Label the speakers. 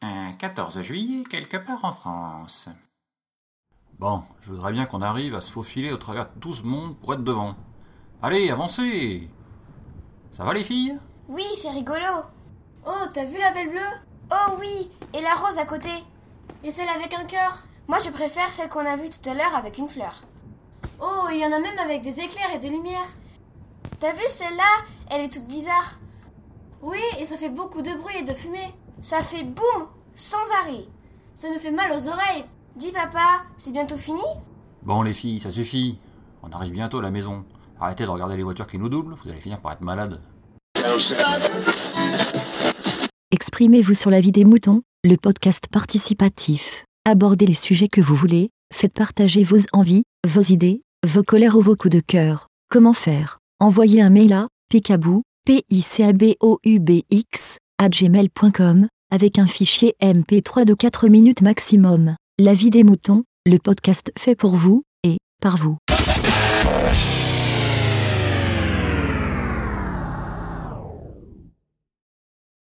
Speaker 1: Un 14 juillet, quelque part en France. Bon, je voudrais bien qu'on arrive à se faufiler au travers de tout ce monde pour être devant. Allez, avancez Ça va les filles
Speaker 2: Oui, c'est rigolo. Oh, t'as vu la belle bleue Oh oui, et la rose à côté. Et celle avec un cœur Moi, je préfère celle qu'on a vue tout à l'heure avec une fleur. Oh, il y en a même avec des éclairs et des lumières. T'as vu celle-là Elle est toute bizarre. Oui, et ça fait beaucoup de bruit et de fumée. Ça fait boum Sans arrêt. Ça me fait mal aux oreilles. Dis papa, c'est bientôt fini
Speaker 1: Bon les filles, ça suffit. On arrive bientôt à la maison. Arrêtez de regarder les voitures qui nous doublent, vous allez finir par être malade.
Speaker 3: Exprimez-vous sur la vie des moutons, le podcast participatif. Abordez les sujets que vous voulez, faites partager vos envies, vos idées, vos colères ou vos coups de cœur. Comment faire Envoyez un mail à picabou, p i c a b o u b x à gmail.com avec un fichier MP3 de 4 minutes maximum. La vie des moutons, le podcast fait pour vous et par vous.